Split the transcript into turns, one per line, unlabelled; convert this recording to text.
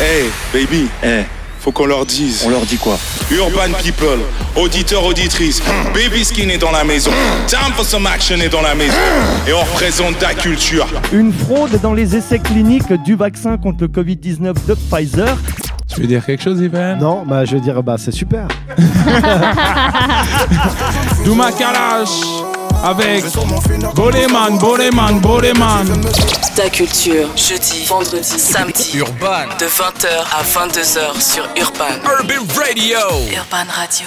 Hey, baby,
Eh,
faut qu'on leur dise.
on leur dit quoi
Urban people, auditeurs, auditrices, Baby Skin est dans la maison. Time for some action est dans la maison. Et on représente ta culture.
Une fraude dans les essais cliniques du vaccin contre le Covid-19 de Pfizer.
Tu veux dire quelque chose, Ivan
Non, bah je veux dire, bah c'est super.
Douma Kalash avec Boleman, Boleman, Boleman.
Ta culture, jeudi, vendredi, samedi. Urban. De 20h à 22h sur Urban. Urban Radio. Urban Radio.